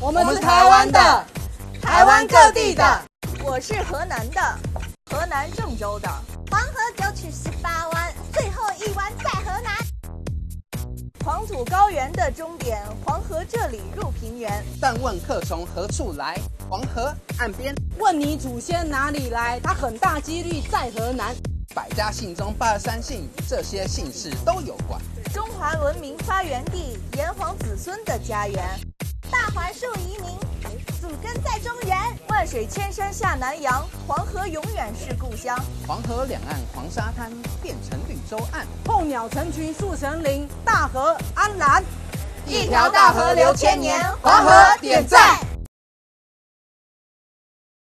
我我们是台湾的，台湾各地的。我是河南的，河南郑州的。黄河九曲十八弯，最后一弯在河南。黄土高原的终点，黄河这里入平原。但问客从何处来？黄河岸边，问你祖先哪里来？他很大几率在河南。百家姓中八十三姓，这些姓氏都有关。中华文明发源地，炎黄子孙的家园。大槐树移民，祖根在中原。万水千山下南洋，黄河永远是故乡。黄河两岸黄沙滩，变成绿洲岸。候鸟成群树成林，大河安然。一条大河流千年黄河点赞